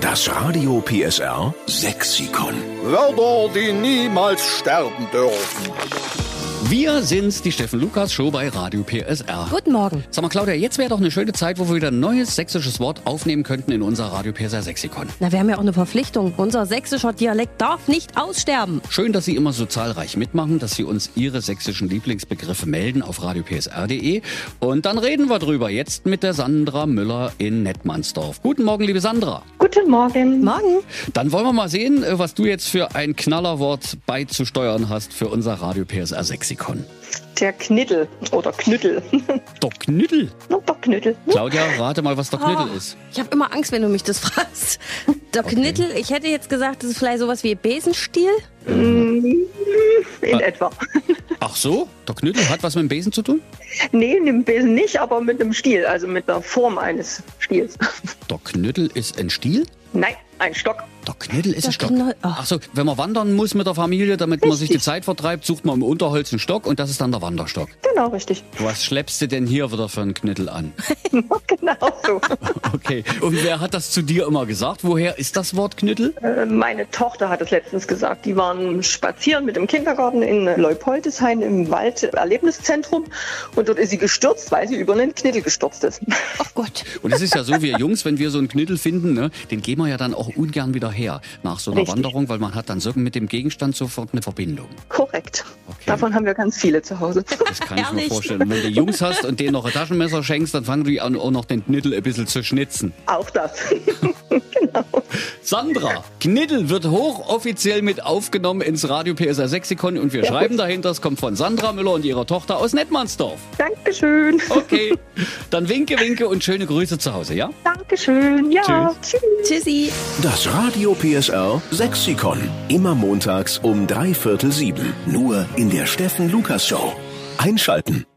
Das Radio PSR Sexikon. Wörter, die niemals sterben dürfen. Wir sind's, die Steffen Lukas Show bei Radio PSR. Guten Morgen. Sag mal, Claudia, jetzt wäre doch eine schöne Zeit, wo wir wieder ein neues sächsisches Wort aufnehmen könnten in unser Radio PSR Sexikon. Na, wir haben ja auch eine Verpflichtung. Unser sächsischer Dialekt darf nicht aussterben. Schön, dass Sie immer so zahlreich mitmachen, dass Sie uns Ihre sächsischen Lieblingsbegriffe melden auf radiopsr.de. E. Und dann reden wir drüber. Jetzt mit der Sandra Müller in Nettmannsdorf. Guten Morgen, liebe Sandra. Guten Morgen. Morgen. Dann wollen wir mal sehen, äh, was du jetzt für ein Knallerwort beizusteuern hast für unser Radio PSR Sexikon. Der Kniddel oder Knüttel. Der Knüttel. Nur der Knüttel. Claudia, rate mal, was der Knüttel ist. Ich habe immer Angst, wenn du mich das fragst. Der Knittel, ich hätte jetzt gesagt, das ist vielleicht sowas wie Besenstiel. Hm, In etwa. Ach so? Der Knüttel hat was mit dem Besen zu tun? Nee, mit dem Besen nicht, aber mit einem Stiel, also mit der Form eines Stiels. Der Knüttel ist ein Stiel? Nein, ein Stock. Der Knüttel ist Der ein Stock. Knüll- Ach. Achso, wenn man wandern muss mit der Familie, damit man sich die Zeit vertreibt, sucht man im Unterholz einen Stock und das ist dann der Wanderstock. Genau, richtig. Was schleppst du denn hier wieder für einen Knüttel an? genau so. Okay. Und wer hat das zu dir immer gesagt? Woher ist das Wort Knüttel? Äh, Meine Tochter hat es letztens gesagt. Die waren spazieren mit dem Kindergarten in Leupoldeshain im Wald Erlebniszentrum und dort ist sie gestürzt, weil sie über einen Knittel gestürzt ist. Oh Gott. Und es ist ja so, wir Jungs, wenn wir so einen Knüttel finden, ne, den gehen wir ja dann auch ungern wieder her nach so einer Richtig. Wanderung, weil man hat dann so mit dem Gegenstand sofort eine Verbindung. Korrekt. Okay. Davon haben wir ganz viele zu Hause. Das kann ich mir Ehrlich? vorstellen. Und wenn du Jungs hast und denen noch ein Taschenmesser schenkst, dann fangen die an, auch noch den Knittel ein bisschen zu schnitzen. Auch das. Genau. Sandra, Knittel wird hochoffiziell mit aufgenommen ins Radio PSR Sexikon und wir schreiben dahinter, es kommt von Sandra Müller und ihrer Tochter aus Nettmannsdorf. Dankeschön. Okay, dann winke, winke und schöne Grüße zu Hause, ja? Dankeschön. Ja. Tschüss. Tschüssi. Das Radio PSR Sexikon. Immer montags um drei Viertel sieben. Nur in der Steffen Lukas Show. Einschalten.